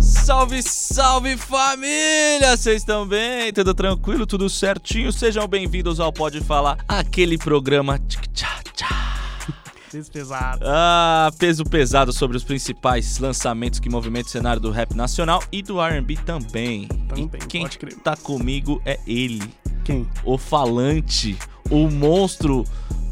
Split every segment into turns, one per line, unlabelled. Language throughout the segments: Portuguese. Salve, salve família! Vocês estão bem? Tudo tranquilo? Tudo certinho? Sejam bem-vindos ao Pode Falar, aquele programa. tchic, tchá, tchá.
Peso pesado.
Ah, peso pesado sobre os principais lançamentos que movimentam o cenário do rap nacional e do RB também.
Também,
e quem
pode crer.
tá comigo é ele,
Quem?
o falante, o monstro,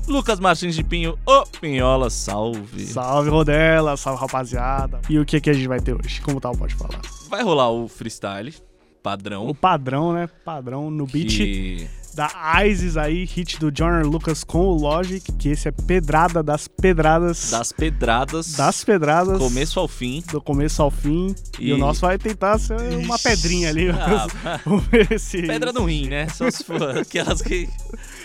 Lucas Martins de Pinho, ô Pinhola, salve.
Salve, Rodela. Salve, rapaziada. E o que, que a gente vai ter hoje? Como tá tal, pode falar.
Vai rolar o freestyle,
O
padrão.
padrão, né? Padrão no beat
que-
da Isis aí, hit do Jordan Lucas com o Logic, que esse é pedrada das pedradas.
Das pedradas.
das pedradas.
Começo ao fim.
Do começo ao fim. E,
E-
o nosso vai tentar ser uma
Ixi.
pedrinha ali.
Ah,
Vamos ver se.
pedra no rim, né? Só se for aquelas que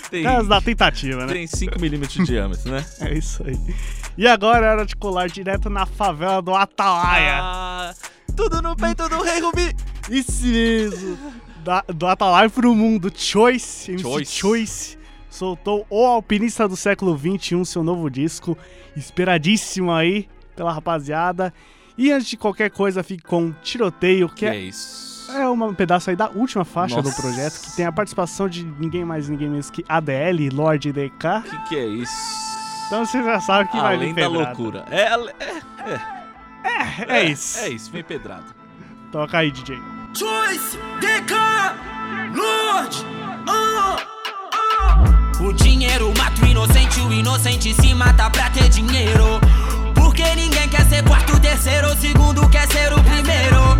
tem,
Caras da tentativa, né?
tem 5mm de diâmetro, né?
É isso aí. E agora é hora de colar direto na favela do Atalaia.
Ah, tudo no peito do Rei Rubi!
Isso mesmo! Da, do Atalaia pro mundo, Choice, MC
Choice.
Choice. soltou O Alpinista do Século XXI, seu novo disco, esperadíssimo aí pela rapaziada. E antes de qualquer coisa, fique com Tiroteio, que,
Que é
é,
isso?
é um pedaço aí da última faixa
Nossa.
do projeto, que tem a participação de ninguém mais, ninguém menos que ADL, Lorde DK.
Que que é isso?
Então você já sabe que vai
Além
vir
da
pedrada.
loucura. É, é,
É, é isso.
É isso, bem pedrado.
Toca aí, DJ.
Choice, DK, Lorde, ah, ah. O dinheiro mata o inocente, o inocente se mata pra ter dinheiro. Porque ninguém quer ser quarto, terceiro, ou segundo, quer ser o primeiro.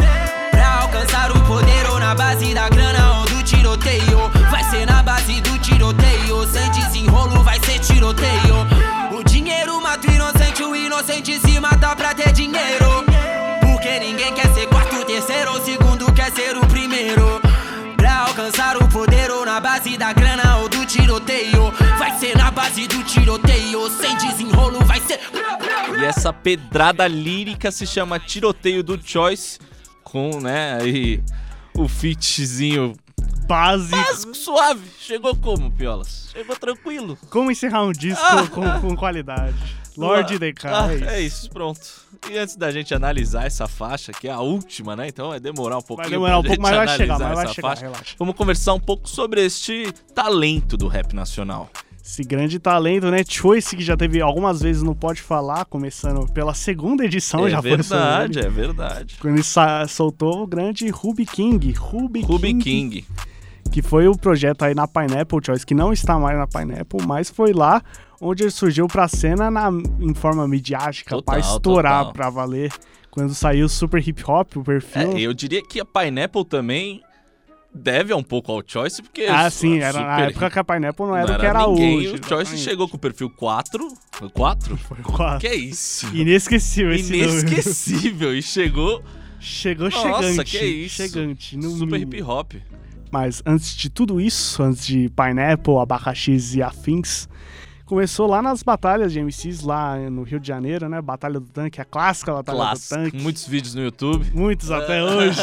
Pra alcançar o poder, ou na base da grana ou do tiroteio. Vai ser na base do tiroteio, sem desenrolo vai ser tiroteio. O dinheiro mata o inocente, o inocente se mata pra ter dinheiro. Porque ninguém quer ser quarto, terceiro ou segundo, quer ser o primeiro. Pra alcançar o poder ou na base da grana ou do tiroteio. Vai ser na base do tiroteio, sem desenrolo, vai ser.
E essa pedrada lírica se chama Tiroteio do Choice, com, né, aí o fitzinho
Base.
suave. Chegou como, Piolas? Chegou tranquilo.
Como encerrar um disco com, com qualidade. Lorde DK,
Ah,
é isso.
é isso, pronto. E antes da gente analisar essa faixa, que é a última, né? Então vai demorar um pouquinho.
Vai demorar um
pra gente
pouco, mas vai
analisar
chegar, mas vai
essa
chegar,
faixa.
relaxa.
Vamos conversar um pouco sobre este talento do rap nacional.
Esse grande talento, né? Choice, que já teve algumas vezes no Pode Falar, começando pela segunda edição,
é
já foi sobre
verdade,
ele.
é verdade.
Quando ele sa- soltou o grande Ruby King. Ruby,
Ruby
King,
King.
Que foi o projeto aí na Pineapple Choice, que não está mais na Pineapple, mas foi lá onde ele surgiu pra cena na, em forma midiática, pra
Total,
estourar,
total.
pra valer. Quando saiu o Super Hip Hop, o
É,
perfil.
eu diria que a Pineapple também deve um pouco ao Choice, porque.
ah,
a
sim, era na
super-
época que a Pineapple não
não
era o que era
ninguém,
hoje.
O Choice
exatamente.
chegou com o perfil 4. 4?
Foi quase.
Que é isso?
Inesquecível esse número.
Inesquecível. E chegou
Chegou
Nossa,
chegante.
que é isso.
Chegante. No
super
mínimo.
hip hop.
Mas antes de tudo isso, antes de Pineapple, abacaxis e afins, começou lá nas batalhas de MCs lá no Rio de Janeiro, né? Batalha do Tanque, a clássica Batalha
Clássico.
do Tanque.
Muitos vídeos no YouTube.
Muitos até hoje.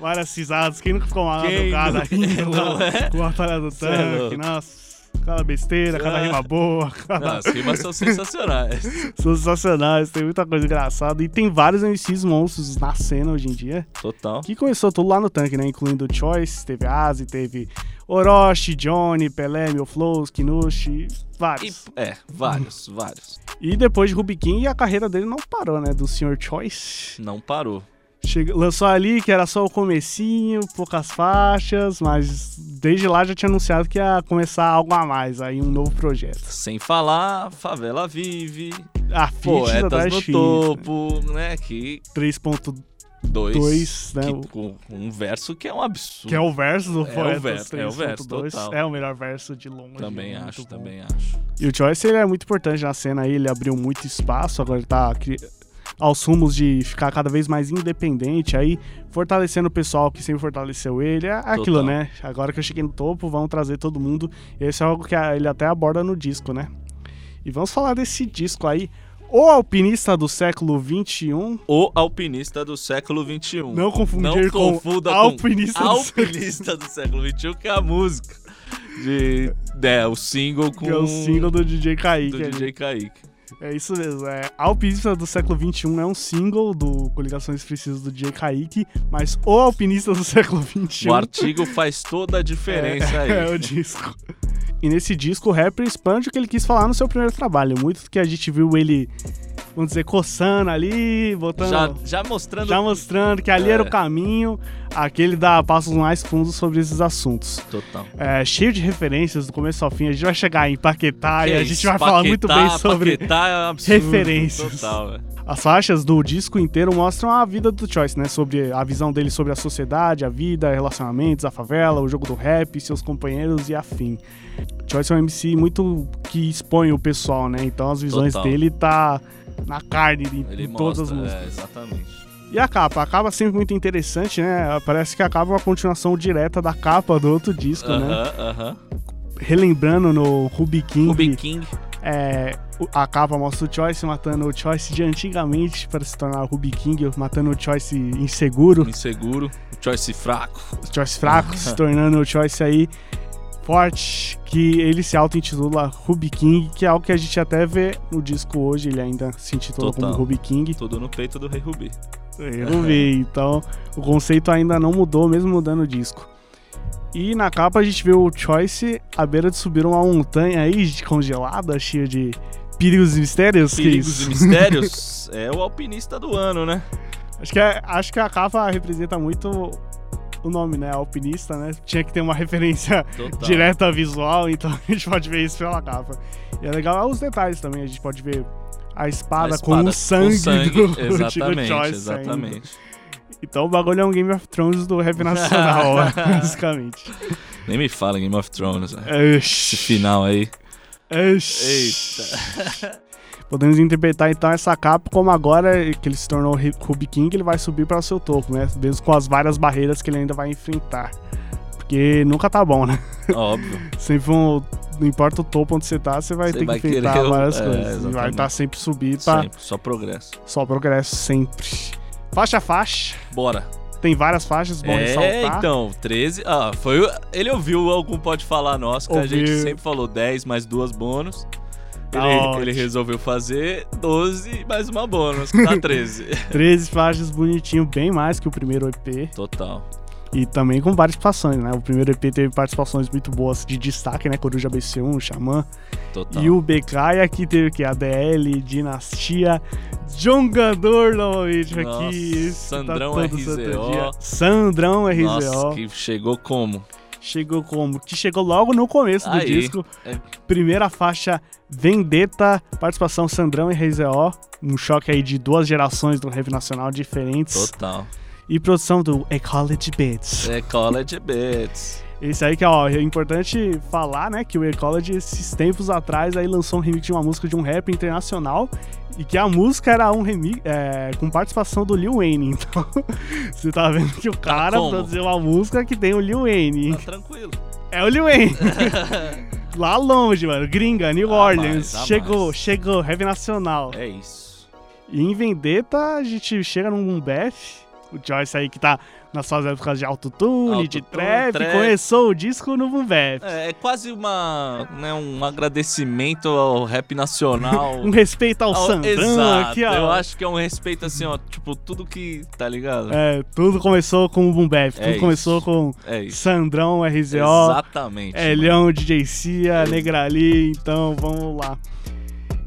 Várias cisadas. Quem nunca ficou mal
Quem
madrugada
nunca-
ainda
Não
lá
é?
com a Batalha do
Cê é
Tanque?
louco.
Nossa. Cada besteira, cada
Ah.
rima boa, cada...
Não, as rimas são sensacionais.
sensacionais, tem muita coisa engraçada. E tem vários MCs monstros na cena hoje em dia.
Total.
Que começou tudo lá no tanque, né? Incluindo o Choice, teve Asi, teve Orochi, Johnny, Pelé, Meu Flows, Kinushi,
E-
vários.
é, vários, vários.
E, depois de Rubikin, a carreira dele não parou, né? Do Sr. Choice.
Não parou.
Chega- lançou ali que era só o comecinho, poucas faixas, mas desde lá já tinha anunciado que ia começar algo a mais, aí um novo projeto.
Sem falar, favela vive,
A tá Fit da
poetas
Dash
no
Fit,
topo, né? Que
3.2,
dois.
né?
que-
o-
com um verso que é um absurdo.
Que é o verso do
É o
Poetas
verso, é o verso,
3.2.
total.
É o melhor verso de longe.
Também
é muito
acho,
bom.
também acho.
E o Choice ele é muito importante na cena aí, ele abriu muito espaço, agora ele tá cri- aos rumos de ficar cada vez mais independente aí, fortalecendo o pessoal que sempre fortaleceu ele. É aquilo,
Total.
né? Agora que eu cheguei no topo, vamos trazer todo mundo. Esse é algo que a- ele até aborda no disco, né? E vamos falar desse disco aí. O Alpinista do século um, XXI.
O alpinista do século XXI.
Não confundir
Não
com
confunda com
Alpinista do
Alpinista do século XXI, que é a música. De, é, o single com
Que é o single do DJ Kaique.
do
ali.
DJ Kaique.
É isso mesmo. É, Alpinista do século XXI é um single do Coligações Precisas do DJ Kaique, mas o Alpinista do século XXI
O artigo faz toda a diferença aí.
é o disco. E nesse disco, o rapper expande o que ele quis falar no seu primeiro trabalho. Muito do que a gente viu ele, vamos dizer, coçando ali, botando.
já,
Já...
já mostrando
mostrando que ali era o
É.
caminho, aquele dá passos mais fundos sobre esses assuntos.
total.
É, cheio de referências do começo ao fim. A gente vai chegar em Paquetá e a gente vai falar muito bem
Paquetá-
sobre
Paquetá é um absurdo,
referências.
Total, é. velho.
As faixas do disco inteiro mostram a vida do Choice, né? Sobre a visão dele sobre a sociedade, a vida, relacionamentos, a favela, o jogo do rap, seus companheiros e afim. Choice é um MC muito que expõe o pessoal, né? Então as visões
Total.
dele tá na carne em,
Ele
em
mostra,
todas as músicas.
é, exatamente.
E a capa? A capa é sempre muito interessante, né? Parece que a capa é uma continuação direta da capa do outro disco, né?
Aham, aham.
Relembrando no Ruby King,
O Big King,
é, o- a capa mostra o Choice matando o Choice de antigamente para se tornar o Ruby King, matando o Choice inseguro,
inseguro, o Choice fraco.
o Choice fraco, se tornando o Choice aí forte, que ele se auto-intitula Ruby King, que é algo que a gente até vê no disco hoje, ele ainda se intitula como
Total. É.
Ruby King.
Tudo no peito do Rei Rubi.
Eu não vi, então o conceito ainda não mudou, mesmo mudando o disco. E na capa a gente vê o Choice à beira de subir uma montanha aí de congelada, cheia de perigos e mistérios. que
Perigos
isso?
e Mistérios é o alpinista do ano, né?
Acho que, é- acho que a capa representa muito o nome, né? Alpinista, né? Tinha que ter uma referência
Total.
direta visual, então a gente pode ver isso pela capa. E é legal os detalhes também, a gente pode ver a espada,
A
com o sangue, do antigo
exatamente,
Choice saindo.
exatamente.
Então o bagulho é um Game of Thrones do rap nacional, né? basicamente.
Nem me fala Game of Thrones, né? Esse
Esse
final aí.
Eita. Podemos interpretar então essa capa como agora eh, que ele se tornou Ri- Ruby King, ele vai subir para o seu topo, né? Mesmo com as várias barreiras que ele ainda vai enfrentar. Porque nunca tá bom, né?
Óbvio.
Sempre um. Não importa o topo onde você tá, você vai
Você
ter
vai
que enfrentar
querer o-
várias
é,
coisas. E vai
exatamente.
estar sempre subindo pra
Sempre, só progresso.
só progresso sempre. Faixa a faixa.
Bora.
Tem várias faixas, bom
é,
ressaltar.
então, 13. Ah, foi. o- Ele ouviu algum Pode Falar Nosso, que a gente
Ouviu.
sempre falou 10 mais duas bônus.
Tá ótimo.
Ele, ele resolveu fazer 12 mais uma bônus, tá que dá 13.
13 faixas bonitinho, bem mais que o primeiro EP.
Total.
E também com participações, né? O primeiro EP teve participações muito boas de destaque, né? Coruja BC1, Xamã.
Total.
E o BK, e aqui teve o que? ADL, Dinastia, John Gandor novamente
Nossa,
aqui. esse que
Sandrão
tá todo santo
RZO.
dia. Sandrão RZO.
Nossa, que chegou como?
Chegou como? Que chegou logo no começo do
Aí.
disco.
É.
Primeira faixa, Vendetta, participação Sandrão e RZO. Um choque aí de duas gerações do rap nacional diferentes.
Total.
E produção do Ecology Beats.
É College Bits.
Esse aí que ó, é importante falar, né, que o Ecology esses tempos atrás aí lançou um remix de uma música de um rapper internacional e que a música era um remix é, com participação do Lil Wayne. Então, você tá vendo que o cara
como?
produziu uma música que tem o Lil Wayne.
Tá tranquilo.
É o Lil Wayne. Lá longe, mano. Gringa, New
Ah,
Orleans.
mais, ah,
chegou,
mais.
chegou, rap nacional.
É isso.
E em Vendetta a gente chega num boom bap. O Joyce aí que tá nas suas épocas de autotune, de
Autotune,
trap,
trap.
começou o disco no boom bap.
É, é quase uma, né, um agradecimento ao rap nacional.
Um respeito ao
Ao-
Sandrão
Exato.
aqui, ó.
Eu acho que é um respeito assim, ó. Tipo, tudo que. Tá ligado? É,
É, tudo começou com o boom bap, tudo
isso. é
começou com
isso.
Sandrão, RZO,
Exatamente. mano.
Elhão, DJ Cia, Negrali, então vamos lá.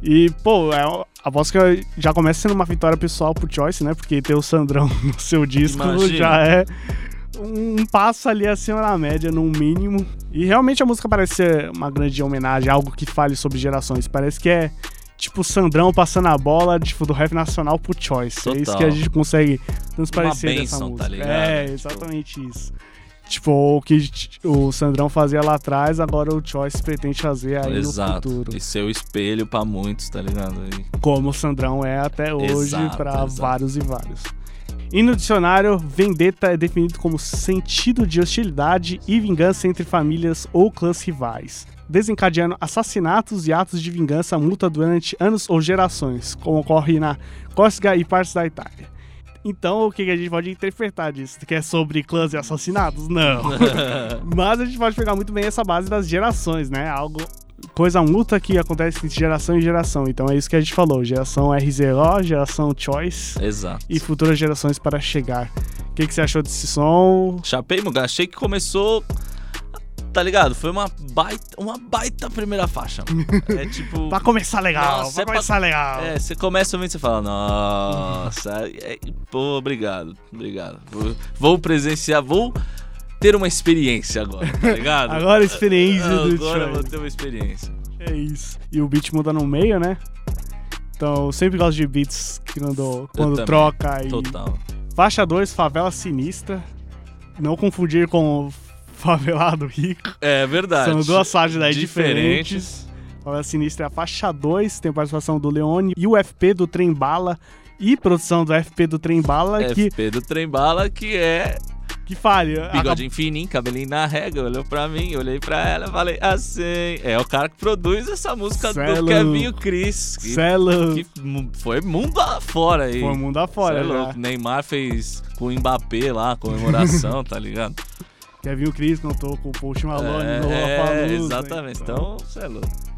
E, pô, é, a música já começa sendo uma vitória pessoal pro Choice, né? Porque ter o Sandrão no seu disco
Imagina.
já é um passo ali acima da média, no mínimo. E realmente a música parece ser uma grande homenagem, algo que fale sobre gerações. Parece que é tipo o Sandrão passando a bola tipo, do rap nacional pro Choice. É isso
Total.
que a gente consegue transparecer dessa
bênção, tá
música.
ligado?
é,
Tipo-
exatamente isso. Tipo, o que t- o Sandrão fazia lá atrás, agora o Choice pretende fazer aí
Exato.
no futuro.
E ser o espelho pra muitos, tá ligado? E-
Como o Sandrão é até hoje
Exato,
pra
exato.
vários e vários. E no dicionário, vendetta é definido como sentido de hostilidade e vingança entre famílias ou clãs rivais, desencadeando assassinatos e atos de vingança mútua durante anos ou gerações, como ocorre na Córcega e partes da Itália. Então, o que que a gente pode interpretar disso? Que é sobre clãs e assassinatos? Não. Mas a gente pode pegar muito bem essa base das gerações, né? Algo. Coisa mútua que acontece de geração em geração. Então é isso que a gente falou: geração RZO, geração Choice
Exato.
e futuras gerações para chegar. O que, que você achou desse som?
Chapei, Muga. Achei que começou. Tá ligado? Foi uma baita, uma baita primeira faixa. mano. É tipo.
Pra começar legal,
Nossa,
pra
é pra-
começar legal.
É, você começa ouvindo e você fala, nossa, é, pô, obrigado, obrigado. Vou, vou presenciar, vou ter uma experiência agora, tá ligado?
Agora a experiência
Agora
do
eu
Choice.
vou ter uma experiência.
É isso. E o beat muda no meio, né? Então, eu sempre gosto de beats que não dou- quando
também.
troca e
Total.
Faixa 2, Favela Sinistra. Não confundir com o Favelado Rico.
É verdade.
São duas faixas aí diferentes.
Diferentes.
Favela Sinistra é a faixa 2, tem participação do Leone e o FP do Trem Bala. E produção do FP do Trem Bala, que,
FP do Trembala, que é
que falha. Acabou-
bigodinho fininho, cabelinho na rega, olhou pra mim, olhei pra ela, falei assim. É o cara que produz essa música
Cê é
do
louco.
Kevinho Cris. Que,
Cê é louco.
que mu- foi mundo afora aí.
Foi mundo
Cê
afora,
é
já.
louco. Neymar fez com o Mbappé lá, a comemoração, tá ligado?
Quer vir o Chris, cantou com o Post Malone
é,
no
é,
Lollapalooza,
exatamente. Então, você é louco.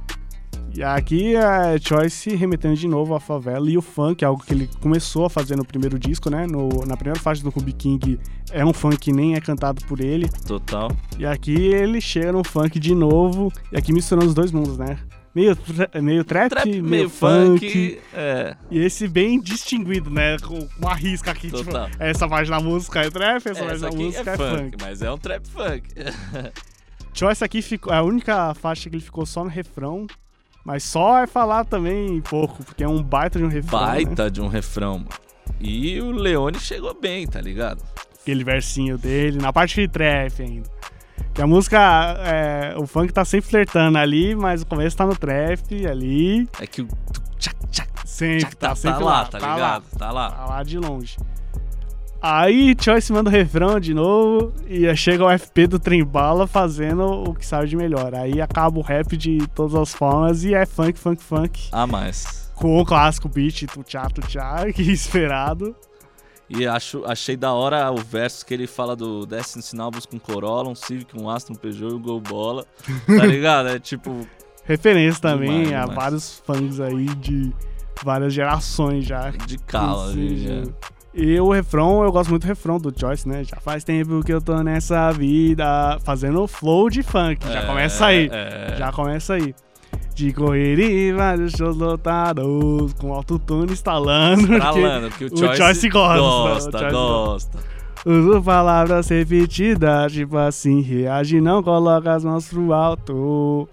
E aqui é Choice remetendo de novo à favela e o funk, é algo que ele começou a fazer no primeiro disco, né? No- na primeira faixa do Ruby King é um funk que nem é cantado por ele.
Total.
E aqui ele chega no funk de novo, e aqui misturando os dois mundos, né? Meio, tra- meio trap,
Trap
meio,
meio,
funk,
funk. É,
E esse bem distinguido, né? Com uma risca aqui,
Total.
tipo, essa parte da música é trap, essa parte
essa
da
aqui é
música é,
funk,
funk.
mas é um trap funk.
Choice aqui ficou, é a única faixa que ele ficou só no refrão, mas só é falar também pouco, porque é um baita de um refrão. Né?
Baita de um refrão, mano. E o Leone chegou bem, tá ligado?
Aquele versinho dele, na parte de trap ainda. Que a música, é, o funk tá sempre flertando ali, mas o começo tá no trap ali,
É que o tchac, tchac,
sempre,
tchac,
tá,
tá, tá
sempre
lá, tá
tá
ligado? Tá
Lá,
lá.
tá lá de longe. Aí Choice manda o refrão de novo e chega o FP do Trembala fazendo o que sabe de melhor. Aí acaba o rap de todas as formas e é funk, funk, funk.
A mais.
com o clássico beat tu tchá tu tchá, que esperado.
E acho, achei da hora o verso que ele fala do décimo sinal, busca um Corolla, um Civic, um Aston, um Peugeot e um Gol Bola. Tá ligado? É tipo,
Referência também
Demais,
a
demais.
vários fãs aí de várias gerações já.
de cala.
Inclusive,
né?
E o refrão, eu gosto muito do refrão do Joyce, né? Já faz tempo que eu tô nessa vida fazendo flow de funk. Já
É,
começa aí.
é.
Já começa aí. De correria, vários shows lotados, com autotune instalando.
Falando, que o
o
Choice,
Choice gosta, o
Gosta,
Choice
gosta.
Uso palavras repetidas, tipo assim, reage, não coloca as mãos pro alto.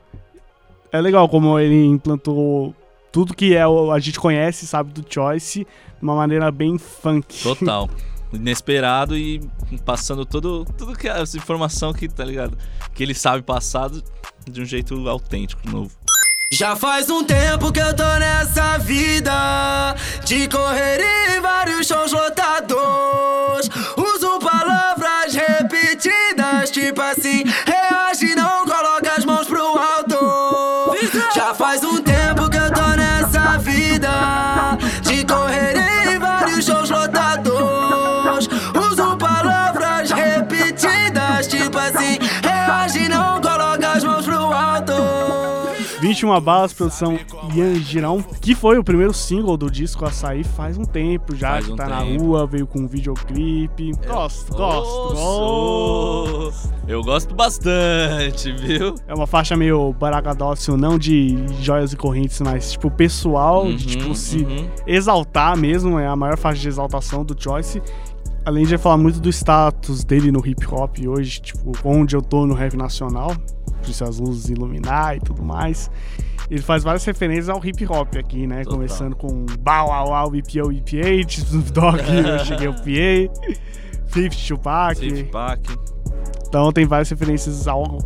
É legal como ele implantou tudo que é o- a gente conhece, sabe, do Choice, de uma maneira bem funk.
Total. Inesperado e passando todo, tudo que é- essa informação que, tá ligado? Que ele sabe passado de um jeito autêntico, novo.
Já faz um tempo que eu tô nessa vida De correria em vários shows lotados Uso palavras repetidas Tipo assim, reage não coloca as mãos pro alto Já faz um tempo que eu tô nessa vida De correria em vários shows lotados Uso palavras repetidas Tipo assim, reage não coloca as mãos pro alto
21 Balas, produção Ian Girão, que foi o primeiro single do disco a sair faz um tempo já,
Faz
que
um
tá na
tempo.
rua, veio com um videoclipe. Gosto, gosto, gosto.
Eu gosto bastante, viu?
É uma faixa meio baragadócio, não de joias e correntes, mas tipo pessoal, de tipo
Uhum,
se
uhum.
exaltar mesmo, é a maior faixa de exaltação do Choice. Além de falar muito do status dele no hip hop hoje, tipo, onde eu tô no rap nacional, por isso as luzes iluminar e tudo mais. Ele faz várias referências ao hip hop aqui, né?
Total.
Começando com Bow Wow Wow, EPO, EPA, Snoop Dogg, eu cheguei ao PA, Fifth Tupac,
Safe Pack.
Então tem várias referências ao,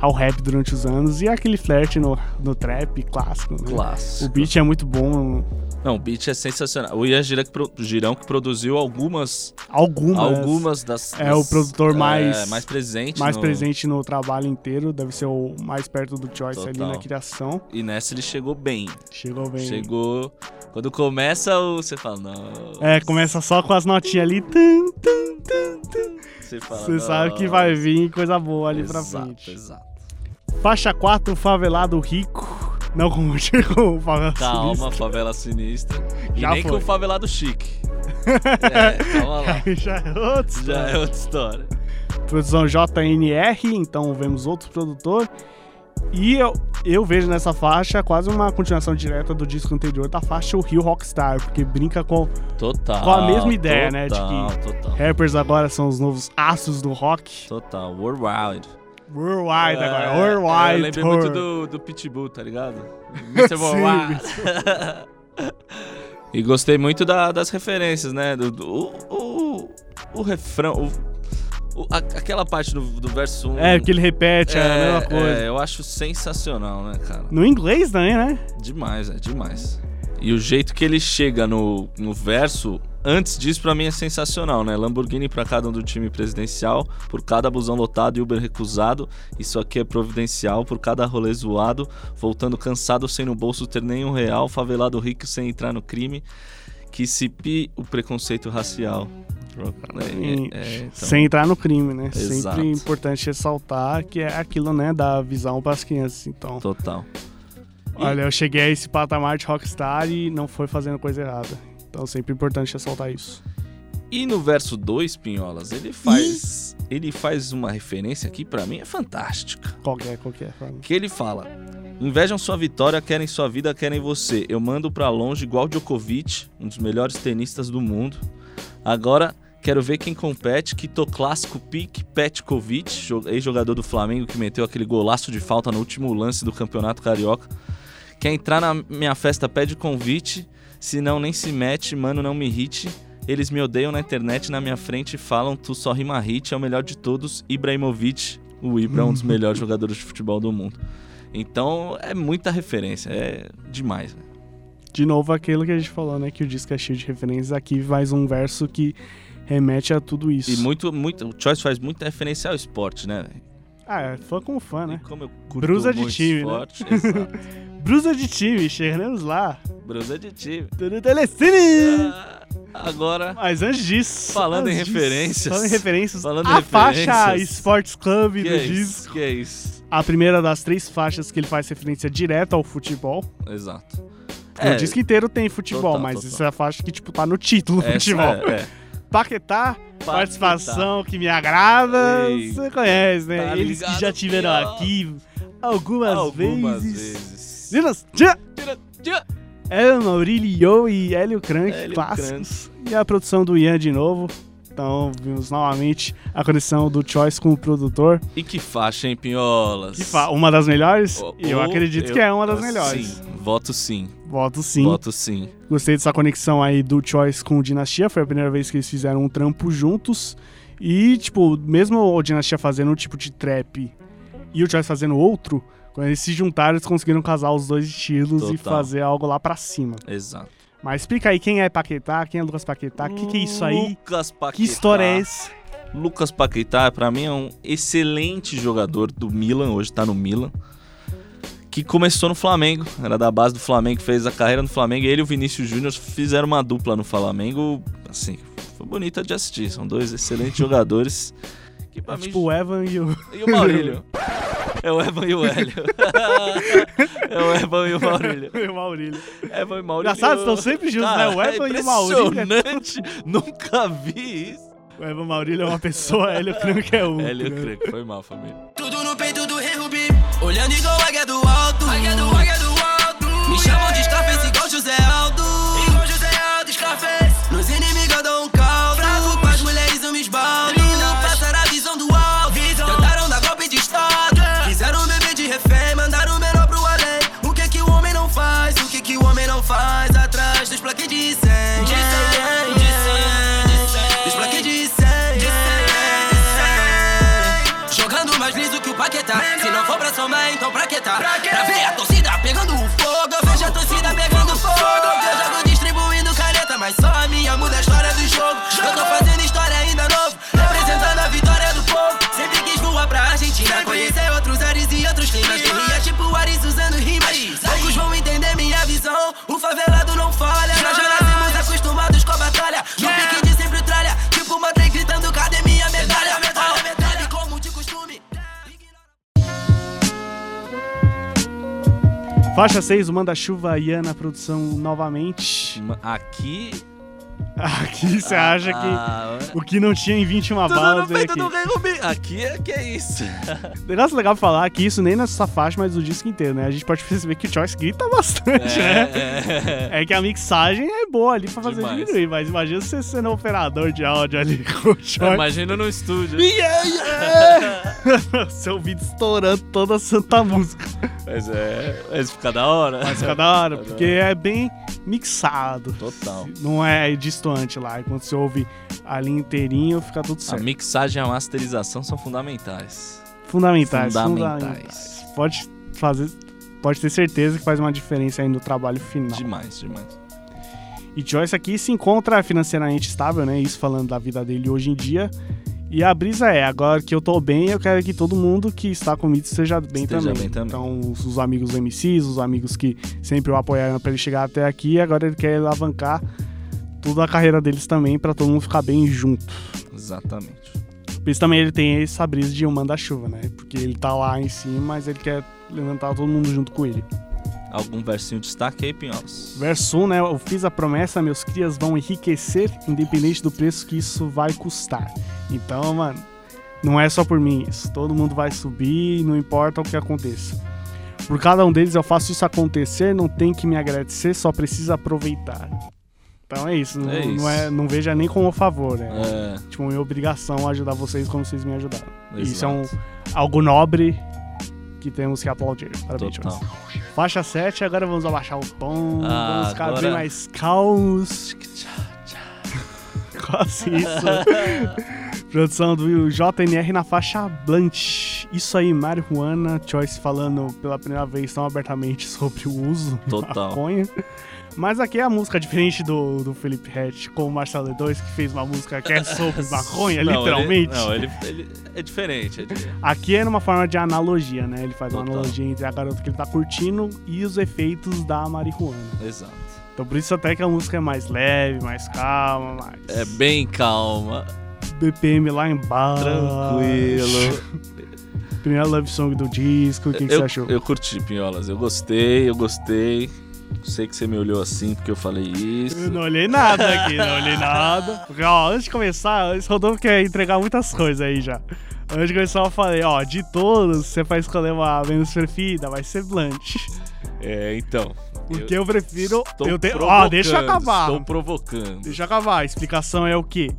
ao rap durante os anos e aquele flerte no, no trap clássico. né?
Clássico.
O beat é muito bom.
Não, o beat é sensacional. O Ian Girão que, pro- Girão que produziu algumas,
Algumas.
algumas das,
É,
das-
o produtor
é,
mais-
mais presente.
Mais
no-
presente no trabalho inteiro, deve ser o mais perto do Choice ali
Total.
na criação.
E nessa ele chegou bem.
Chegou bem.
Chegou. Quando começa, o- você fala, não.
É, começa só com as notinhas ali. tum, tum, tum, tum.
Você fala,
Você sabe que
"Não".
vai vir coisa boa ali pra
exato,
frente.
Exato.
Faixa 4, favelado rico. Não confundir com o favelado
Calma,
Sulista.
favela sinistra. E
Já
nem
foi.
com o favelado chique. é, calma lá.
Aí Já é outro.
Já é outra história.
Produção JNR, então vemos outro produtor. E eu, eu vejo nessa faixa quase uma continuação direta do disco anterior da faixa O Rio Rockstar, porque brinca com
Total.
Com a mesma ideia, né, de
total,
que-
Total,
rappers agora são os novos astros do rock.
total. Worldwide.
Worldwide agora,
É,
worldwide.
Eu lembrei
tour.
muito do, do Pitbull, tá ligado? Mr. Worldwide. e gostei muito da- das referências, né? Do, do- o, o, o refrão. o- o- a- aquela parte do, do verso 1.
É, porque ele repete a mesma coisa.
eu acho sensacional, né, cara?
No inglês também, né?
Demais, é demais. E o jeito que ele chega no, no verso, antes disso, pra mim é sensacional, né? Lamborghini pra cada um do time presidencial, por cada busão lotado e Uber recusado. Isso aqui é providencial, por cada rolê zoado, voltando cansado sem no bolso ter nenhum real, favelado rico sem entrar no crime. Que se pi o preconceito racial. É, é, é, então,
Sem entrar no crime, né?
Exato.
Sempre importante ressaltar que é aquilo, né? Da visão pras crianças. Então,
Total.
olha, eu cheguei a esse patamar de rockstar e não foi fazendo coisa errada. Então, sempre importante ressaltar isso.
E no verso 2, Pinholas, ele faz. Ele faz uma referência que pra mim é fantástica.
Qualquer, qualquer. pra mim.
Que ele fala: Invejam sua vitória, querem sua vida, querem você. Eu mando pra longe igual Djokovic, um dos melhores tenistas do mundo. Agora quero ver quem compete, que tô clássico pique Petkovic, jo- ex-jogador do Flamengo que meteu aquele golaço de falta no último lance do Campeonato Carioca. Quer entrar na minha festa, pede convite. Se não, nem se mete, mano, não me irrite. Eles me odeiam na internet, na minha frente falam, tu só rima hit, é o melhor de todos, Ibrahimovic. O Ibra é
Uhum.
um dos melhores jogadores de futebol do mundo. Então, é muita referência, é demais. né?
De novo, aquilo que a gente falou, né? Que o disco é cheio de referências. Aqui mais um verso que remete a tudo isso.
E muito, muito, o Choice faz muita referência ao esporte, né? velho?
Ah, é fã com fã,
E
né?
como eu curto
Brusa de
muito
time, né?
esporte, exato.
Brusa de time, chegamos lá.
Brusa de time.
Tudo Telecine!
Ah, Agora,
Mas antes disso.
Falando em
antes disso,
referências.
Falando em referências.
Falando em
a faixa
referências.
Sports Club
que
do
é
disco.
isso? Que é isso?
A primeira das três faixas que ele faz referência direta ao futebol.
Exato.
Porque O disco inteiro tem futebol,
É. Total,
mas
total.
essa é a faixa que, tipo, tá no título
essa
futebol.
é, é.
Paquetá, participação que me agrada,
Ei,
você conhece, né?
tá
Eles que
ligado,
já tiveram
pior.
aqui algumas,
Algumas
vezes. É
vezes.
Dinas, tchã!
Tira-
El Maurilio e Hélio Crank,
Hélio
clássicos. E a produção do Ian de novo. Então, vimos novamente a conexão do Choice com o produtor.
E que faixa, hein, Pinholas?
Que fa- uma das melhores?
O-
eu
o-
acredito que é uma das melhores.
Sim, voto sim.
Voto sim.
Voto sim.
Gostei dessa conexão aí do Choice com o Dinastia. Foi a primeira vez que eles fizeram um trampo juntos. E, tipo, mesmo o Dinastia fazendo um tipo de trap e o Choice fazendo outro, quando eles se juntaram, eles conseguiram casar os dois estilos e
Total.
fazer algo lá pra cima.
Exato.
Mas explica aí quem é Paquetá, quem é Lucas Paquetá, o que, que é isso aí?
Lucas Paquetá.
Que história é essa?
Lucas Paquetá, pra mim, é um excelente jogador do Milan, hoje tá no Milan. Que começou no Flamengo, era da base do Flamengo, fez a carreira no Flamengo. e Ele e o Vinícius Júnior fizeram uma dupla no Flamengo, assim, foi bonita de assistir. São dois excelentes jogadores. Que pra
É
mim
tipo o Evan e o.
E o Maurílio? É o Evan e o Hélio. é o Evan e o Maurílio.
e o Maurílio.
Evan e É, Maurílio.
Engraçado, estão sempre juntos, né? O
Cara,
Evan
é
e o Maurílio. né?
Impressionante. Nunca vi isso.
O Evan Maurílio é uma pessoa, Hélio Crank é outro.
Hélio
né?
Crank, foi mal, família.
Tudo no peito do rei Rubi Olhando igual águia do alto Águia do, águia do alto Me chamam de Scarface igual José Aldo Igual José Aldo, Scarface Nos inimigos eu dou um caldo Bravo com as mulheres eu me esbaldo Não passaram a visão do alto Tentaram dar golpe de estado Fizeram um bebê de refém Mandaram o menor pro além O que que o homem não faz? O que que o homem não faz? Atrás dos plaques de 100 De 100, de 100 Dos plaques de 100 De 100, de 100 liso que o Paquetá. Se não for pra somar, então pra que tá? Pra ver a torcida pegando fogo. Eu vejo a torcida pegando fogo. Eu jogo distribuindo caneta, mas só a minha muda a história do jogo. Eu tô fazendo história ainda novo, representando a vitória do povo. Sempre quis voar pra Argentina, conhecer outros ares e outros climas. Guerrilha tipo Ares usando rimas. Poucos vão entender minha visão. O favelado não falha. Nós já nascemos acostumados com a batalha. No pique de sempre tralha, tipo Madre gritando: cadê minha medalha? Medalha, medalha, como de costume.
Faixa 6, o Manda-Chuva e Ana Produção novamente.
Ma- Aqui.
Aqui você acha que
Ah,
o que não tinha em 21
tudo
balas né,
bem,
veio
tudo
aqui.
bem comigo. Aqui é que é isso.
Negócio legal falar que isso nem nessa faixa, mas o disco inteiro, né? A gente pode perceber que o Choice grita bastante, né?
É, é.
É que a mixagem é boa ali pra fazer
Demais.
diminuir, mas imagina você sendo um operador de áudio ali com o Choice.
Imagina no estúdio.
é. Seu vídeo estourando toda a santa música.
Mas é. Mas fica da hora.
Mas fica da hora, porque é bem mixado.
Total.
Não é distoante lá. E Quando você ouve ali inteirinho, fica tudo
A
certo.
mixagem e a masterização são fundamentais.
Fundamentais,
Fundamentais.
fundamentais. Pode fazer. Pode ter certeza que faz uma diferença aí no trabalho final.
Demais, demais.
E Joyce aqui se encontra financeiramente estável, né? Isso falando da vida dele hoje em dia. E a brisa é, agora que eu tô bem, eu quero que todo mundo que está comigo esteja bem,
Esteja
também.
bem também.
Então, os, os amigos MCs, os amigos que sempre o apoiaram pra ele chegar até aqui, agora ele quer alavancar toda a carreira deles também, pra todo mundo ficar bem junto.
Exatamente.
Por isso também ele tem essa brisa de um manda-chuva, né? Porque ele tá lá em cima, mas ele quer levantar todo mundo junto com ele.
Algum versinho de destaque aí, Pinhos?
Verso 1, né? Eu fiz a promessa, meus crias vão enriquecer, independente do preço que isso vai custar. Então, mano, não é só por mim isso. Todo mundo vai subir, não importa o que aconteça. Por cada um deles eu faço isso acontecer, não tem que me agradecer, só precisa aproveitar. Então é isso, não,
É isso.
não é- não veja nem como favor, né?
É,
Tipo, minha obrigação ajudar vocês como vocês me ajudaram. Isso é um,
exato.
algo nobre que temos que aplaudir. Parabéns,
Total.
Joyce. Faixa 7, agora vamos abaixar o tom,
Ah,
vamos ficar
agora-
bem mais calmos. Quase isso. Produção do JNR na faixa Blunt. Isso aí, Marihuana, Choice falando pela primeira vez tão abertamente sobre o uso da
Total.
maconha. Mas aqui é a música diferente do, do Felipe Hatch com o Marcelo D2, que fez uma música que é sobre maconha,
Não, ele-
literalmente.
não, ele, ele- é diferente. É diferente.
Aqui é numa forma de analogia, né? Ele faz uma
Total.
analogia entre a garota que ele tá curtindo e os efeitos da marihuana.
Exato.
Então por isso até que a música é mais leve, mais calma, mais
É bem calma,
BPM lá embaixo.
tranquilo.
Primeira love song do disco, o que, que você
eu,
achou?
eu curti, Pinholas. Eu gostei, eu gostei. Sei que você me olhou assim porque eu falei isso.
Eu não olhei nada aqui, não olhei nada. Porque, ó, antes de começar, esse Rodolfo quer entregar muitas coisas aí já. Antes de começar, eu falei, ó, de todos, você vai escolher uma menos preferida, vai ser Blunt.
É, então.
Porque eu, prefiro.
estou
Eu te... Ó, deixa eu
provocando,
acabar.
Estou provocando.
Deixa eu acabar. A explicação é o quê?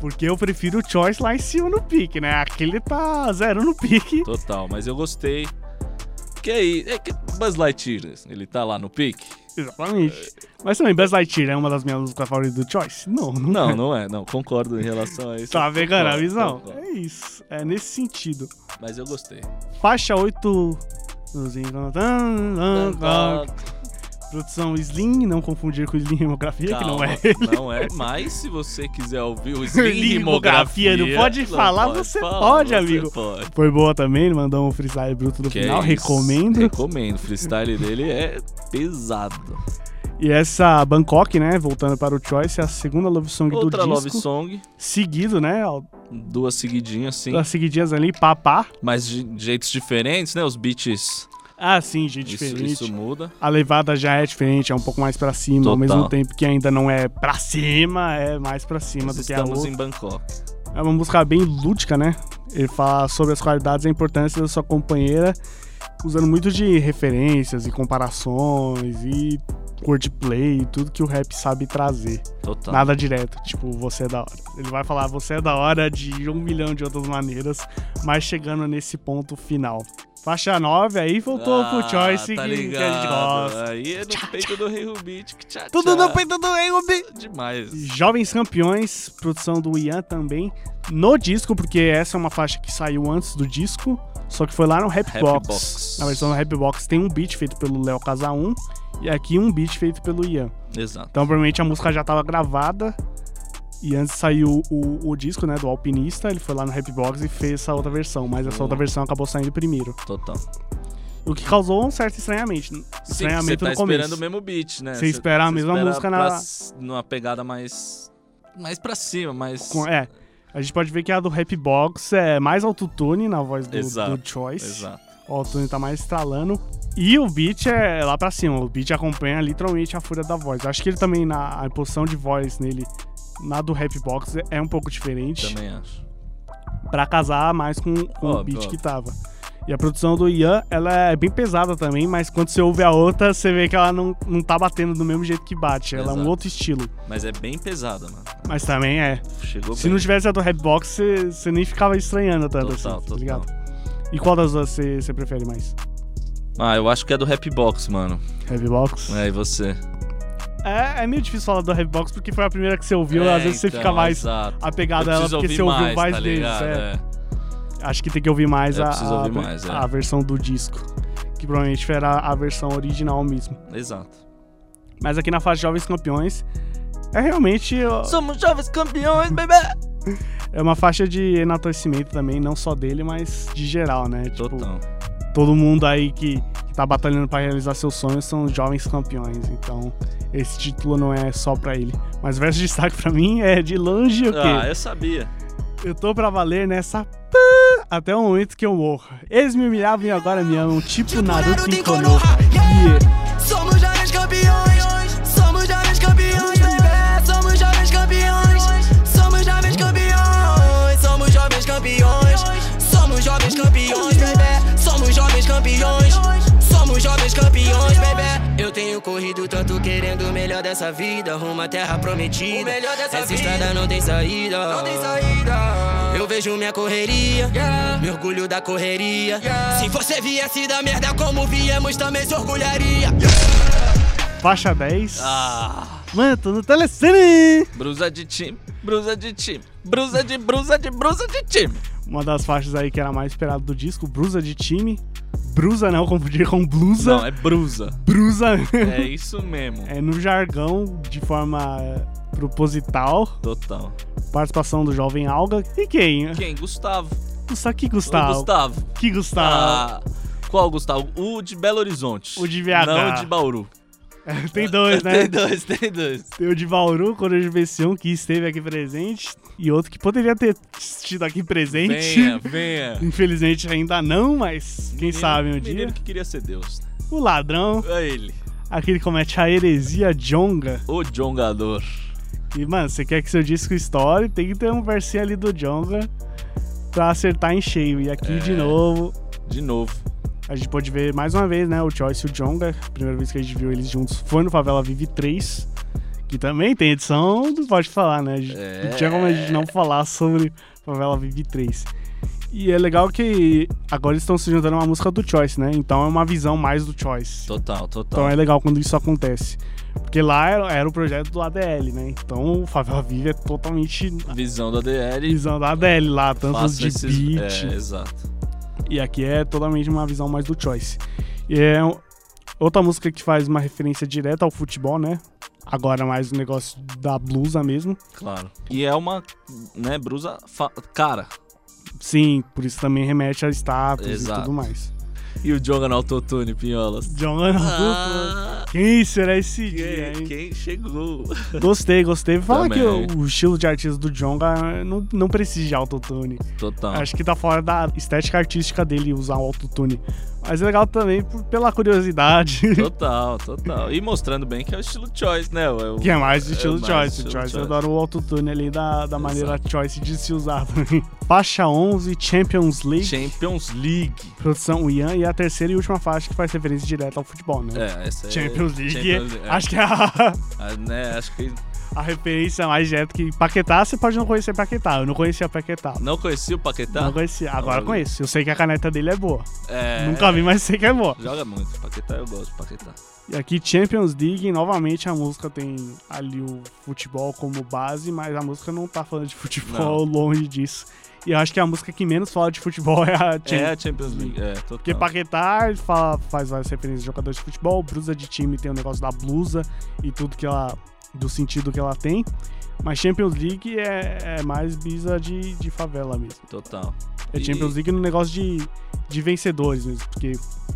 Porque eu prefiro o Choice lá em cima no pique, né? Aquele tá zero no pique.
Total, mas eu gostei. Que aí, é que Buzz Lightyear, ele tá lá no pique?
Exatamente. Mas também, Buzz Lightyear é uma das minhas músicas favoritas do Choice? Não, não.
Não, não é, não, concordo em relação a isso.
Tá pegando a
Concordo,
visão?
concordo.
É isso. É nesse sentido.
Mas eu gostei.
Faixa 8. dos
Tá,
Encantados. Produção Slim, não confundir com Slim Hemografia, que não
Calma,
é.
Não é, mas se você quiser ouvir o
Limografia,
Slimografia...
não pode falar, você pode,
você
amigo.
pode.
Foi boa também, ele mandou um freestyle bruto no
Que é
final,
isso,
recomendo.
Recomendo, o freestyle dele é pesado.
E essa Bangkok, né? Voltando para o Choice, é a segunda love song
Outra
do
love
disco.
song,
Seguido, né? ao-
duas seguidinhas assim,
As seguidinhas ali, papá.
mas de jeitos diferentes, né? Os beats,
Ah, sim, gente,
isso,
diferente.
isso muda.
A levada já é diferente, é um pouco mais pra cima,
Total.
ao mesmo tempo que ainda não é pra cima, é mais pra cima
Mas
do que a
estamos
outra.
em Bangkok.
É uma música bem lúdica, né? Ele fala sobre as qualidades e a importância da sua companheira, usando muito de referências e comparações e wordplay e tudo que o rap sabe trazer.
Total.
Nada direto, tipo, você é da hora. Ele vai falar, você é da hora de um milhão de outras maneiras, mas chegando nesse ponto final. Faixa 9, aí voltou
Ah,
pro Choice
tá
que, que a gente
ligado.
gosta.
Aí é no peito do Rei Rubit. que Tchá,
Tudo
tchá.
no peito do Ruby.
Demais.
Jovens Campeões, produção do Ian também, no disco, porque essa é uma faixa que saiu antes do disco, só que foi lá no Rap Box.
Box.
Na versão do Rap Box tem um beat feito pelo Léo Casal e aqui um beat feito pelo Ian.
Exato.
Então, provavelmente a música já tava gravada. E antes saiu o, o disco, né, do Alpinista, ele foi lá no Rapbox e fez essa outra versão, mas
Hum.
essa outra versão acabou saindo primeiro.
Total.
O que causou um certo estranhamento,
Sim, você
estranhamento
tá
no começo.
esperando o mesmo beat, né?
Você espera a mesma
espera
música
pra
na-
s- numa pegada mais mais pra cima, mais
Com- é, a gente pode ver que a do Rapbox é mais autotune na voz do,
Exato,
do Choice.
Exato.
O autotune tá mais estralando. E o beat é lá pra cima, o beat acompanha literalmente a fúria da voz. Acho que ele também, na a posição de voz nele, na do Rapbox, é um pouco diferente.
Também acho.
Pra casar mais com, com o
Óbvio,
beat
óbvio.
que tava. E a produção do Ian, ela é bem pesada também, mas quando você ouve a outra, você vê que ela não, não tá batendo do mesmo jeito que bate. Ela é um
Exato.
outro estilo.
Mas é bem pesada, mano.
Mas também é.
Chegou
Se
bem.
não tivesse a do Rapbox, você, você nem ficava estranhando tanto
Total,
assim, tá
total.
ligado? E qual das duas você, você prefere mais?
Ah, eu acho que é do Rapbox, mano.
Rapbox?
É, e você?
É, é meio difícil falar do Rapbox porque foi a primeira que você ouviu,
É,
às vezes você
então,
fica mais
exato.
apegado
Eu
a ela
preciso
porque
ouvir
você ouviu mais,
tá
deles.
ligado?
é.
É.
Acho que tem que ouvir mais,
É,
a,
precisa
a-
ouvir mais, é.
a versão do disco. Que provavelmente era a versão original mesmo.
Exato.
Mas aqui na faixa Jovens Campeões é realmente ó,
Somos jovens campeões, bebê!
é uma faixa de enaltecimento também, não só dele, mas de geral, né? Tipo,
Total.
todo mundo aí que, que tá batalhando pra realizar seus sonhos são jovens campeões. Então, esse título não é só pra ele. Mas o verso de destaque pra mim é de longe o quê?
Ah, eu sabia.
Eu tô pra valer nessa pã até o momento que eu morra. Eles me humilhavam e agora me amam, tipo Naruto em Konoha. Yeah.
Somos jovens campeões. Somos jovens campeões. bebê. Somos jovens campeões. Somos jovens campeões. Somos jovens campeões. Somos jovens campeões, bebê. Somos jovens campeões. Somos jovens campeões, bebê. Eu tenho corrido tanto querendo o melhor dessa vida. Rumo à terra prometida. Essa estrada não tem saída. Não tem saída. Eu vejo minha correria, me orgulho da correria. Se você viesse da merda como viemos, também se orgulharia.
Faixa 10.
Ah,
Mano, tô no telecine!
brusa de time, brusa de time, brusa de brusa de brusa de time.
Uma das faixas aí que era mais esperada do disco, Brusa de Time. Brusa não, confundir com blusa.
Não, é brusa.
Brusa
É isso mesmo.
é no jargão, de forma eh, proposital.
Total.
Participação do jovem Alga. E quem?
Quem? Gustavo.
Só que
O
Gustavo.
Gustavo.
Que Gustavo.
Ah, qual Gustavo? O de Belo Horizonte.
O de VH.
Não o de Bauru.
Tem dois, né?
Tem dois, tem dois.
Tem o de Bauru, Coruja Bessião, que esteve aqui presente. E outro que poderia ter estido aqui presente.
Venha, venha.
Infelizmente ainda não, mas quem
Menino-
sabe um dia.
Menino que queria ser Deus.
O ladrão,
É ele.
aquele que comete a heresia Jonga.
O jongador.
E, mano, você quer que seu disco estoure, tem que ter um versinho ali do Jonga pra acertar em cheio. E aqui,
É.
de novo,
De novo.
a gente pode ver mais uma vez, né, o Choice e o Jonga. A primeira vez que a gente viu eles juntos foi no Favela Vive 3, que também tem edição do Pode Falar, né?
É.
Não tinha como a gente não falar sobre Favela Vive 3. E é legal que agora eles estão se juntando a uma música do Choice, né? Então é uma visão mais do Choice.
Total,
Então
total.
é legal quando isso acontece. Porque lá era, era o projeto do ADL, né? Então o Favela Vive é totalmente na
Visão da DL.
visão da ADL lá, tanto
faça
de
esses-
beat.
É, exato.
E aqui é totalmente uma visão mais do Choice. E é um- outra música que faz uma referência direta ao futebol, né? Agora mais o negócio da blusa mesmo.
Claro. E é uma, né, brusa fa- cara.
Sim, por isso também remete a status e
Exato.
tudo mais.
E o Jonga no autotune, Pinholas.
John Leonardo, quem será esse dia, hein?
quem chegou?
Gostei, gostei. Fala que
Também.
o, o estilo de artista do Jonga não, não precisa de autotune.
Total.
Acho que tá fora da estética artística dele usar o autotune. Mas é legal também por- pela curiosidade.
Total, total. E mostrando bem que é o estilo Choice, né? É o-
que é mais
É
do estilo
mais
Choice.
estilo
Choice
Choice.
adora o autotune ali da, da maneira Choice de se usar também. Faixa 11, Champions League.
Champions League.
Produção Ian e a terceira e última faixa que faz referência direta ao futebol, né?
É, essa é.
Champions League.
Champions League, é.
Acho que é a,
Ah, né, acho que
a referência mais direta que Paquetá, você pode não conhecer Paquetá. Eu não conhecia Paquetá.
Não conhecia o Paquetá?
Não conhecia. Agora
Olha.
conheço. Eu sei que a caneta dele é boa.
É,
Nunca vi, mas sei que é boa.
Joga muito. Paquetá eu gosto, Paquetá.
E aqui Champions League, novamente a música tem ali o futebol como base, mas a música não tá falando de futebol longe disso. E eu acho que a música que menos fala de futebol é a Champions.
É a Champions League. É, total.
Porque Paquetá fala- faz várias referências de jogadores de futebol, blusa de time tem o negócio da blusa e tudo que ela. do sentido que ela tem. Mas Champions League é, é mais bisa de, de favela mesmo.
Total.
É
E-
Champions League no negócio de, de vencedores mesmo, porque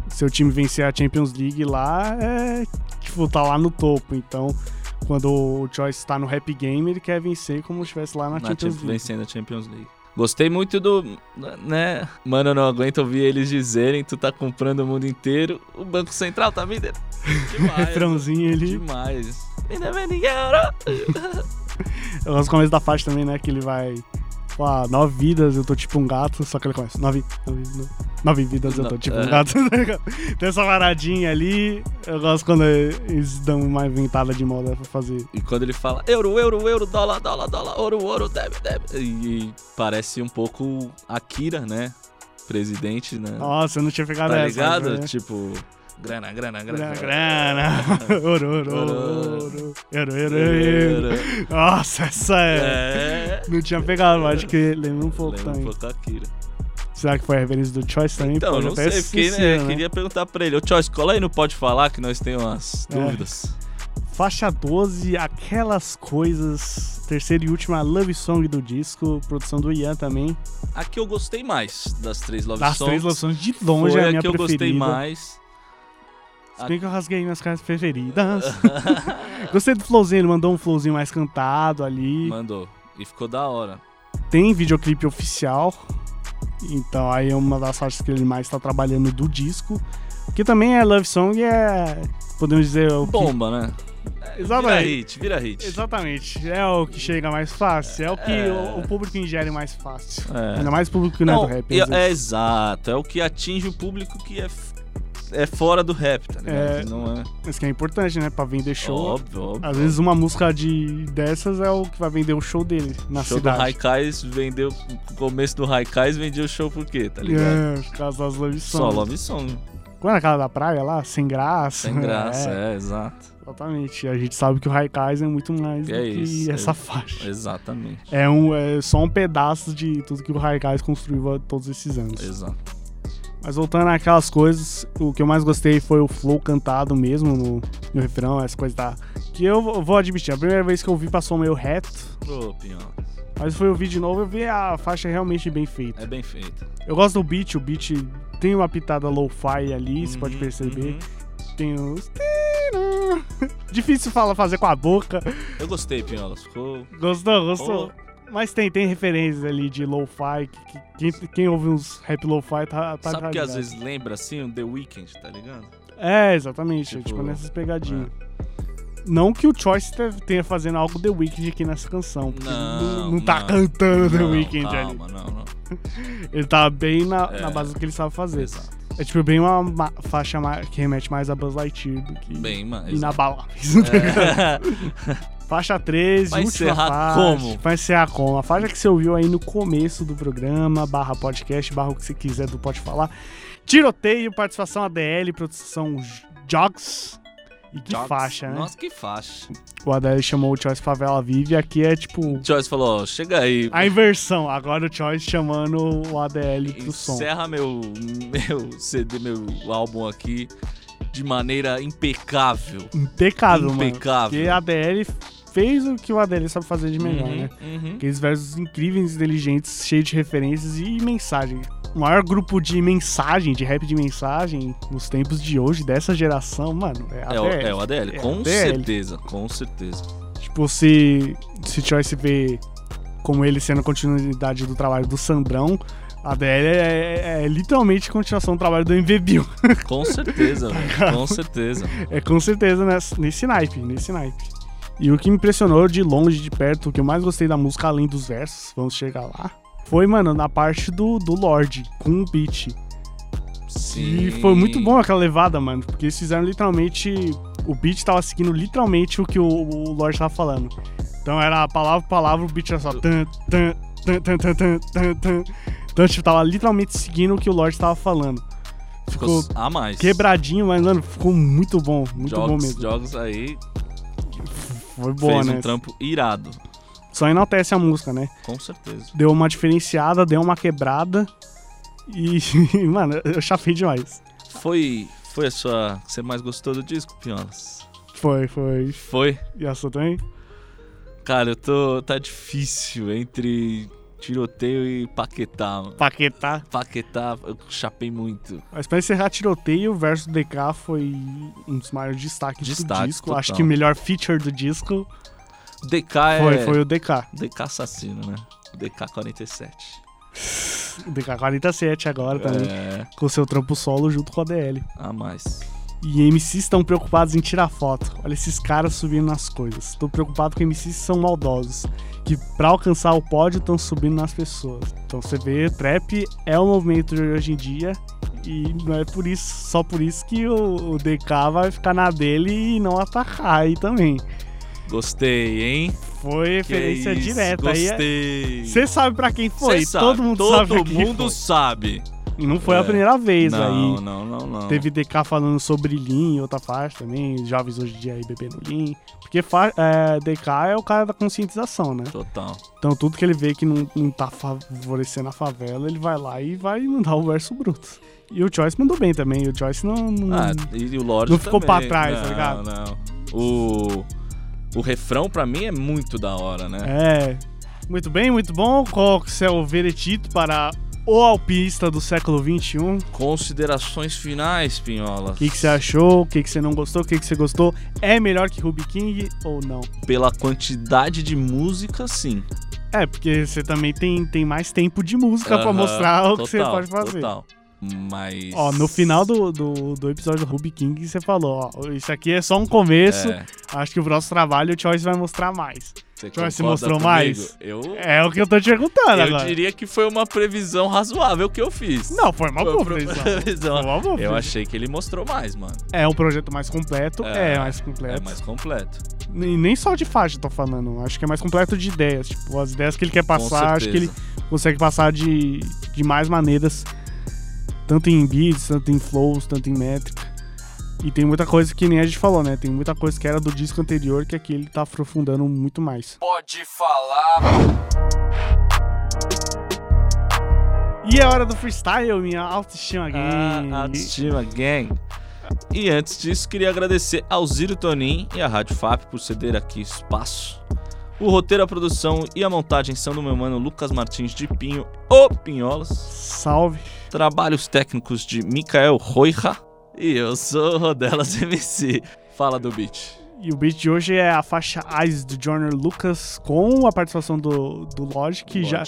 seu time vencer a Champions League lá é tipo, tá lá no topo. Então, quando o Choice tá no Happy Game, ele quer vencer como se estivesse lá na,
na
é Champions
Champions-
League.
vencendo a Champions League. Gostei muito do. né? Mano, eu não aguento ouvir eles dizerem: tu tá comprando o mundo inteiro, o Banco Central tá me dando. Demais.
Refrãozinho ele.
demais. Me dá mais dinheiro.
Eu gosto É do começo da faixa também, né? Que ele vai. Tipo, ah, nove vidas, eu tô tipo um gato. Só que ele começa. Nove, nove, nove, nove vidas, eu tô
No-
tipo
é.
um gato. Tem essa varadinha ali. Eu gosto quando eles dão uma inventada de moda pra fazer.
E quando ele fala euro, euro, euro, dólar, dólar, dólar, ouro, ouro, deve, deve. E, e parece um pouco Akira, né? Presidente, né?
Nossa, eu não tinha pegado
tá
essa.
ligado?
né?
Tipo, grana, grana, grana.
Grana, grana. Ouro, ouro, ouro. Ouro, ouro, ouro. Nossa, essa é.
É.
Não tinha pegado, mas acho que lembra um pouco
Lembra um
também.
pouco Akira.
Será que foi a referência do Choice também?
Então,
Pô,
não
até
sei, fiquei, né,
esqueci, né?
queria perguntar pra ele. Ô, Choice, cola aí não Pode Falar que nós temos umas
É.
dúvidas.
Faixa 12, Aquelas Coisas, terceira e última Love Song do disco, produção do Ian também.
A que eu gostei mais das três Love
Das
Songs.
três Love Songs, de longe
foi
é a
a,
minha
que eu gostei
preferida.
mais.
Se bem que eu rasguei minhas caras preferidas. Gostei do flowzinho, ele mandou um flowzinho mais cantado ali.
Mandou. E ficou da hora.
Tem videoclipe oficial, então aí é uma das faixas que ele mais tá trabalhando do disco. Que também é Love Song, é, podemos dizer, o que...
Bomba, né? Vira
Exatamente.
hit, vira hit.
Exatamente. É o que chega mais fácil. É o que o, o público ingere mais fácil.
É.
Ainda mais público que não, é do rap.
e-
às
é
vezes.
exato. É o que atinge o público que é, f- é fora do rap, tá ligado?
É.
Que Não é
Isso que é importante, né? Pra vender show.
óbvio, óbvio.
Às vezes uma música de dessas é o que vai vender o show dele na
O show do
cidade.
Raikais vendeu. O começo do Raikais vendia o show por quê, tá ligado?
é, por causa das love
Só
songs.
Love Song.
Qual era aquela da praia lá? Sem graça.
Sem graça,
É,
é exato.
Exatamente. A gente sabe que o Raikais é muito mais
Que
do
é
que
isso, é
essa
isso.
faixa.
Exatamente.
É, um, é só um pedaço de tudo que o Raikais construiu todos esses anos.
Exato.
Mas voltando àquelas coisas, o que eu mais gostei foi o flow cantado mesmo no, no refrão, essa coisa da. Que eu vou- vou admitir, a primeira vez que eu vi passou meio reto,
Ô, Pinhola,
mas foi ouvir de novo eu vi a faixa realmente bem feita.
É bem feito.
Eu gosto do beat, o beat tem uma pitada low-fi ali, você pode
Uhum,
perceber.
uhum.
Tem os. Difícil falar fazer com a boca.
Eu gostei, Pinhola. Ficou.
Gostou, gostou? Mas tem, tem referências ali de lo-fi. que- que- Quem, quem ouve uns rap lo-fi tá, tá
Sabe que às
ligado.
vezes lembra assim o The Weeknd, tá ligado?
É, exatamente. Tipo,
Tipo,
nessas pegadinhas. Não que o Choice te- tenha fazendo algo The Weeknd aqui nessa canção. Porque
Não,
ele não, não tá
não.
cantando The
Não,
Weeknd ali.
calma, não, não.
Ele tá bem na,
É.
na base do que ele sabe fazer.
Exato.
É tipo bem uma ma- faixa ma- que remete mais a Buzz Lightyear do que tá
Bem, mano. exato. É.
inabaláveis. Faixa 13,
Vai
última
encerrar
faixa.
como?
Vai encerrar como? A faixa que você ouviu aí no começo do programa, barra podcast, barra o que você quiser do Pode Falar. Tiroteio, participação ADL, produção J- Jogs. E que
Jogos.
faixa, né?
Nossa, que faixa.
O ADL chamou o Choice Favela Vive, aqui é tipo
Joyce falou, ó, chega aí.
a inversão. Agora o Choice chamando o ADL pro som.
Encerra meu, meu CD, meu álbum aqui de maneira impecável.
Impecável, mano.
Impecável.
Porque a ADL fez o que o ADL sabe fazer de melhor,
Uhum,
né?
uhum.
Aqueles versos incríveis, inteligentes, cheios de referências e mensagem. O maior grupo de mensagem, de rap de mensagem, nos tempos de hoje, dessa geração, mano, é a
É, o-
DL.
é o ADL,
É
com
ADL.
certeza, com certeza.
Tipo, se, se Choice vê como ele sendo a continuidade do trabalho do Sandrão, a DL é, é- é literalmente continuação do trabalho do MVBio.
Com certeza, velho. Com certeza.
É com certeza nesse, nesse naipe, nesse naipe. E o que me impressionou de longe, de perto, o que eu mais gostei da música, além dos versos, vamos chegar lá, foi, mano, na parte do, do Lorde, com o beat.
Sim.
E foi muito bom aquela levada, mano, porque eles fizeram literalmente. O beat tava seguindo literalmente o que o, o Lorde tava falando. Então era palavra por palavra, o beat era só. Tan, tan, tan, tan, tan, tan, tan, tan. Então, tipo, tava literalmente seguindo o que o Lorde tava falando. Ficou
Ficou a mais.
quebradinho, mas, mano, ficou muito bom. Muito bom
jogos,
mesmo.
jogos aí
Foi boa,
fez
né?
um trampo irado.
Só enaltece a música, né?
Com certeza.
Deu uma diferenciada, deu uma quebrada. E, mano, eu chapei demais.
Foi, foi a sua. que Você mais gostou do disco, Piolas?
Foi, foi.
Foi.
E a sua também?
Cara, eu tô. Tá difícil entre tiroteio e paquetá, mano.
Paquetá.
Paquetá, eu chapei muito.
Mas pra encerrar tiroteio, o verso do DK foi um dos maiores destaques do
Destaque,
disco.
total.
Acho que o melhor feature do disco
DK
foi,
é.
foi o DK.
DK assassino, né? DK47.
O DK47 agora também.
É.
Com seu trampo solo junto com a DL.
A mais.
E MCs estão preocupados em tirar foto. Olha esses caras subindo nas coisas. Estou preocupado que MCs são maldosos, que pra alcançar o pódio estão subindo nas pessoas. Então você vê, trap é o movimento de hoje em dia e não é por isso, só por isso que o, o DK vai ficar na dele e não atacar aí também.
Gostei, hein?
Foi
Que
referência
isso,
direta aí.
Gostei.
Você sabe pra quem foi?
Cê sabe,
Todo mundo
todo
sabe. pra quem
mundo
foi.
sabe.
E não foi a
É.
primeira vez aí.
não, não, não, não.
Teve DK falando sobre Lean, outra parte também, jovens hoje em dia aí bebendo Lean. Porque fa- é, DK é o cara da conscientização, né?
Total.
Então tudo que ele vê que não, não tá favorecendo a favela, ele vai lá e vai mandar o verso bruto. E o Choice mandou bem também, o Choice não... não-
Ah, e o Lorde
Hum. Não ficou
também.
pra trás,
não,
tá ligado?
Não, O, o refrão, pra mim, é muito da hora, né?
É. Muito bem, muito bom. Qual que é o veredito para o alpinista do século XXI?
Considerações finais, Pinhola.
O que, que você achou? O que, que você não gostou? O que, que você gostou? É melhor que Ruby King ou não?
Pela quantidade de música, sim.
É, porque você também tem, tem mais tempo de música pra
Aham,
mostrar o que você
total,
pode fazer.
Total. Mas.
Ó, no final do, do, do episódio do Ruby King, você falou, ó, isso aqui é só um começo,
É,
acho que o próximo trabalho o Choice vai mostrar mais.
você
Deixa eu ver se
concorda
mostrou
comigo?
mais.
Eu,
É o que eu tô te perguntando
eu
agora.
diria que foi uma previsão razoável que eu fiz.
Não, foi uma
Foi um
boa
pro-
previsão.
previsão.
Foi uma boa
Eu
previsão.
achei que ele mostrou mais, mano.
É um projeto mais completo, é,
É,
mais completo.
É mais completo.
E nem só de faixa eu tô falando, acho que é mais completo de ideias. Tipo, as ideias que ele quer passar, acho que ele
certeza.
consegue passar de, de mais maneiras, tanto em beats, tanto em flows, tanto em métrica. E tem muita coisa que nem a gente falou, né? Tem muita coisa que era do disco anterior que aqui ele tá aprofundando muito mais.
Pode falar.
E é hora do freestyle, minha autoestima game.
Ah, autoestima, gang. E antes disso, queria agradecer ao Ziro Tonin e à Rádio FAP por ceder aqui espaço. O roteiro, a produção e a montagem são do meu mano Lucas Martins de Pinho, o Pinholas.
Salve.
Trabalhos técnicos de Mikael Roija. E eu sou o Rodelas MC. Fala do beat.
E o beat de hoje é a faixa Eyes do Johnny Lucas com a participação do, do Logic. que Já,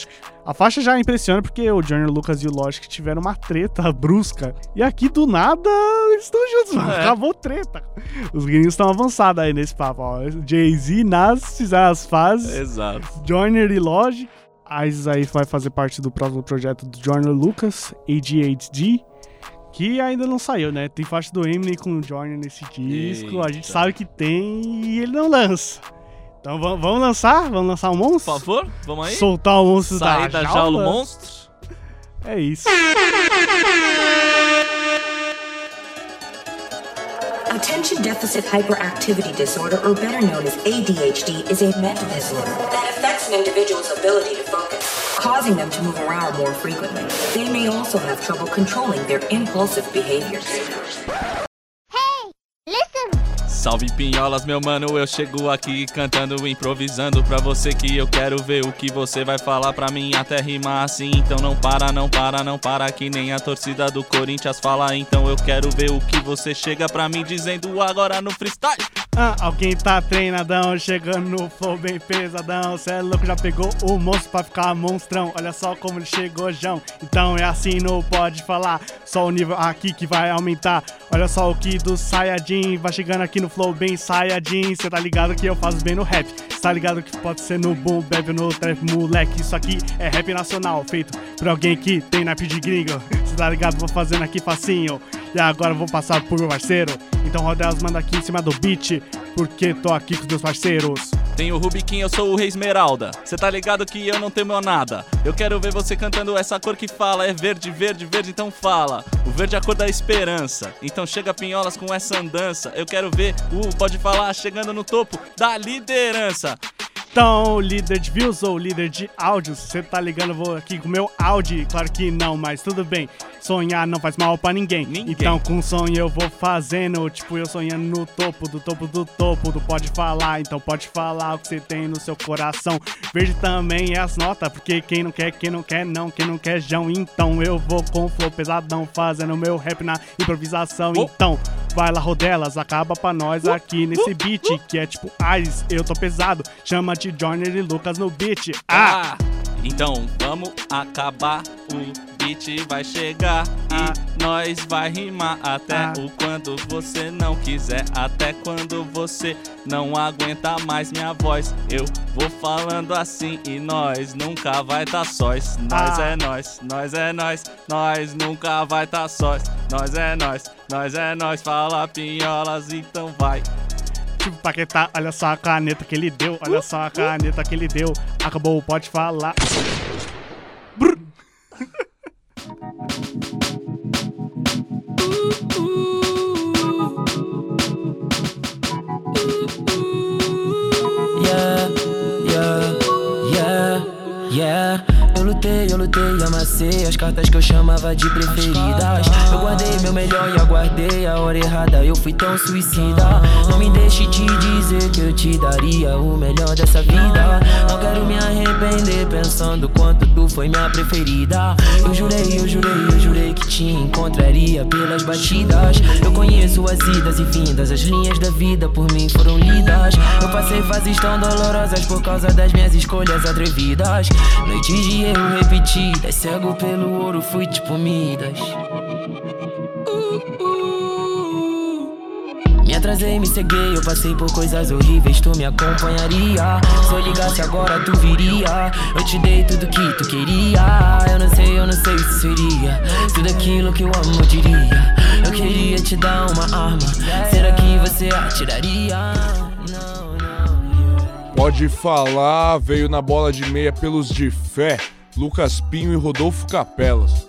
a faixa já impressiona porque o Johnny Lucas e o Logic tiveram uma treta brusca. E aqui do nada eles estão juntos, mano.
É.
Acabou treta. Os gringos estão avançados aí nesse papo. ó. Jay-Z e Nas fizeram as
É,
fases.
Exato.
Joyner e Logic. A Isis aí vai fazer parte do próximo projeto do Joyner Lucas, ADHD, que ainda não saiu, né? Tem faixa do Eminem com o Joyner nesse disco, a gente
Eita.
sabe que tem e ele não lança. Então va- vamos lançar? Vamos lançar o
Por
monstro?
favor, vamos aí?
Soltar o monstro
Sair
da,
da
jaula?
jaula monstro?
É isso.
Attention Deficit Hyperactivity Disorder, or better known as ADHD, is a mental disorder that affects an individual's ability to focus, causing them to move around more frequently. They may also have trouble controlling their impulsive behaviors.
Salve pinholas, meu mano, eu chego aqui cantando, improvisando pra você que eu quero ver o que você vai falar pra mim até rimar assim. Então não para, não para, não para, que nem a torcida do Corinthians fala. Então eu quero ver o que você chega pra mim dizendo agora no freestyle.
Ah, alguém tá treinadão, chegando no flow bem pesadão. Cê é louco, já pegou o monstro pra ficar monstrão. Olha só como ele chegou, Jão. Então é assim, não pode falar. Só o nível aqui que vai aumentar. Olha só o que do Sayajin. Vai chegando aqui no flow bem Sayajin. Cê tá ligado que eu faço bem no rap. Cê tá ligado que pode ser no boom, bebe no trap, moleque. Isso aqui é rap nacional, feito por alguém que tem naipe de gringo. Cê tá ligado, vou fazendo aqui facinho. E agora eu vou passar por meu parceiro. Então Rodelas manda aqui em cima do beat, porque tô aqui com os meus parceiros.
Tenho o Rubiquim, eu sou o Rei Esmeralda. Cê tá ligado que eu não temo nada. Eu quero ver você cantando essa cor que fala. É verde, verde, verde, então fala. O verde é a cor da esperança. Então chega pinholas com essa andança. Eu quero ver o Pode Falar chegando no topo da liderança.
Então, líder de views ou líder de áudios, você tá ligando, eu vou aqui com o meu Audi, claro que não, mas tudo bem. Sonhar não faz mal pra ninguém.
Ninguém.
Então, com sonho eu vou fazendo, tipo, eu sonhando no topo, do topo do topo, do pode falar, então pode falar o que você tem no seu coração. Verde também é as notas, porque quem não quer, quem não quer, não, quem não quer, jão. Então, eu vou com flow pesadão, fazendo meu rap na improvisação.
Oh.
Então, vai lá, rodelas, acaba pra nós aqui nesse beat, que é tipo, Ares, eu tô pesado, chama de Joyner e Lucas no beat. Ah!
Ah! Então vamos acabar, o beat vai chegar
Ah.
e nós vai rimar até
Ah.
o quando você não quiser, até quando você não aguenta mais minha voz. Eu vou falando assim e nós nunca vai tá sós. Nós
Ah.
é nós, nós é nós, nós nunca vai tá sós. Nós é nós, nós é nós, fala pinholas, então vai.
Tipo, Paquetá, olha só a caneta que ele deu, olha só a caneta que ele deu. Acabou, pode falar.
Yeah, yeah, yeah, yeah. Eu lutei, eu lutei, amassei as cartas que eu chamava de preferidas. Eu guardei meu melhor e aguardei a hora errada. Eu fui tão suicida. Não me deixe te dizer que eu te daria o melhor dessa vida. Não quero me arrepender pensando quanto tu foi minha preferida. Eu jurei, eu jurei, eu jurei que te encontraria pelas batidas. Eu conheço as idas e vindas, as linhas da vida por mim foram lidas. Eu passei fases tão dolorosas por causa das minhas escolhas atrevidas. Noites de erro repetidas, cego pelo ouro fui tipo Midas. Uh, Me atrasei, me ceguei, eu passei por coisas horríveis, tu me acompanharia. Se eu ligasse agora, tu viria. Eu te dei tudo que tu queria. Eu não sei, eu não sei se seria tudo aquilo que eu amo, eu diria. Eu queria te dar uma arma, será que você atiraria? Não, não, yeah.
Pode falar, veio na bola de meia pelos de fé, Lucas Pinho e Rodolfo Capelas.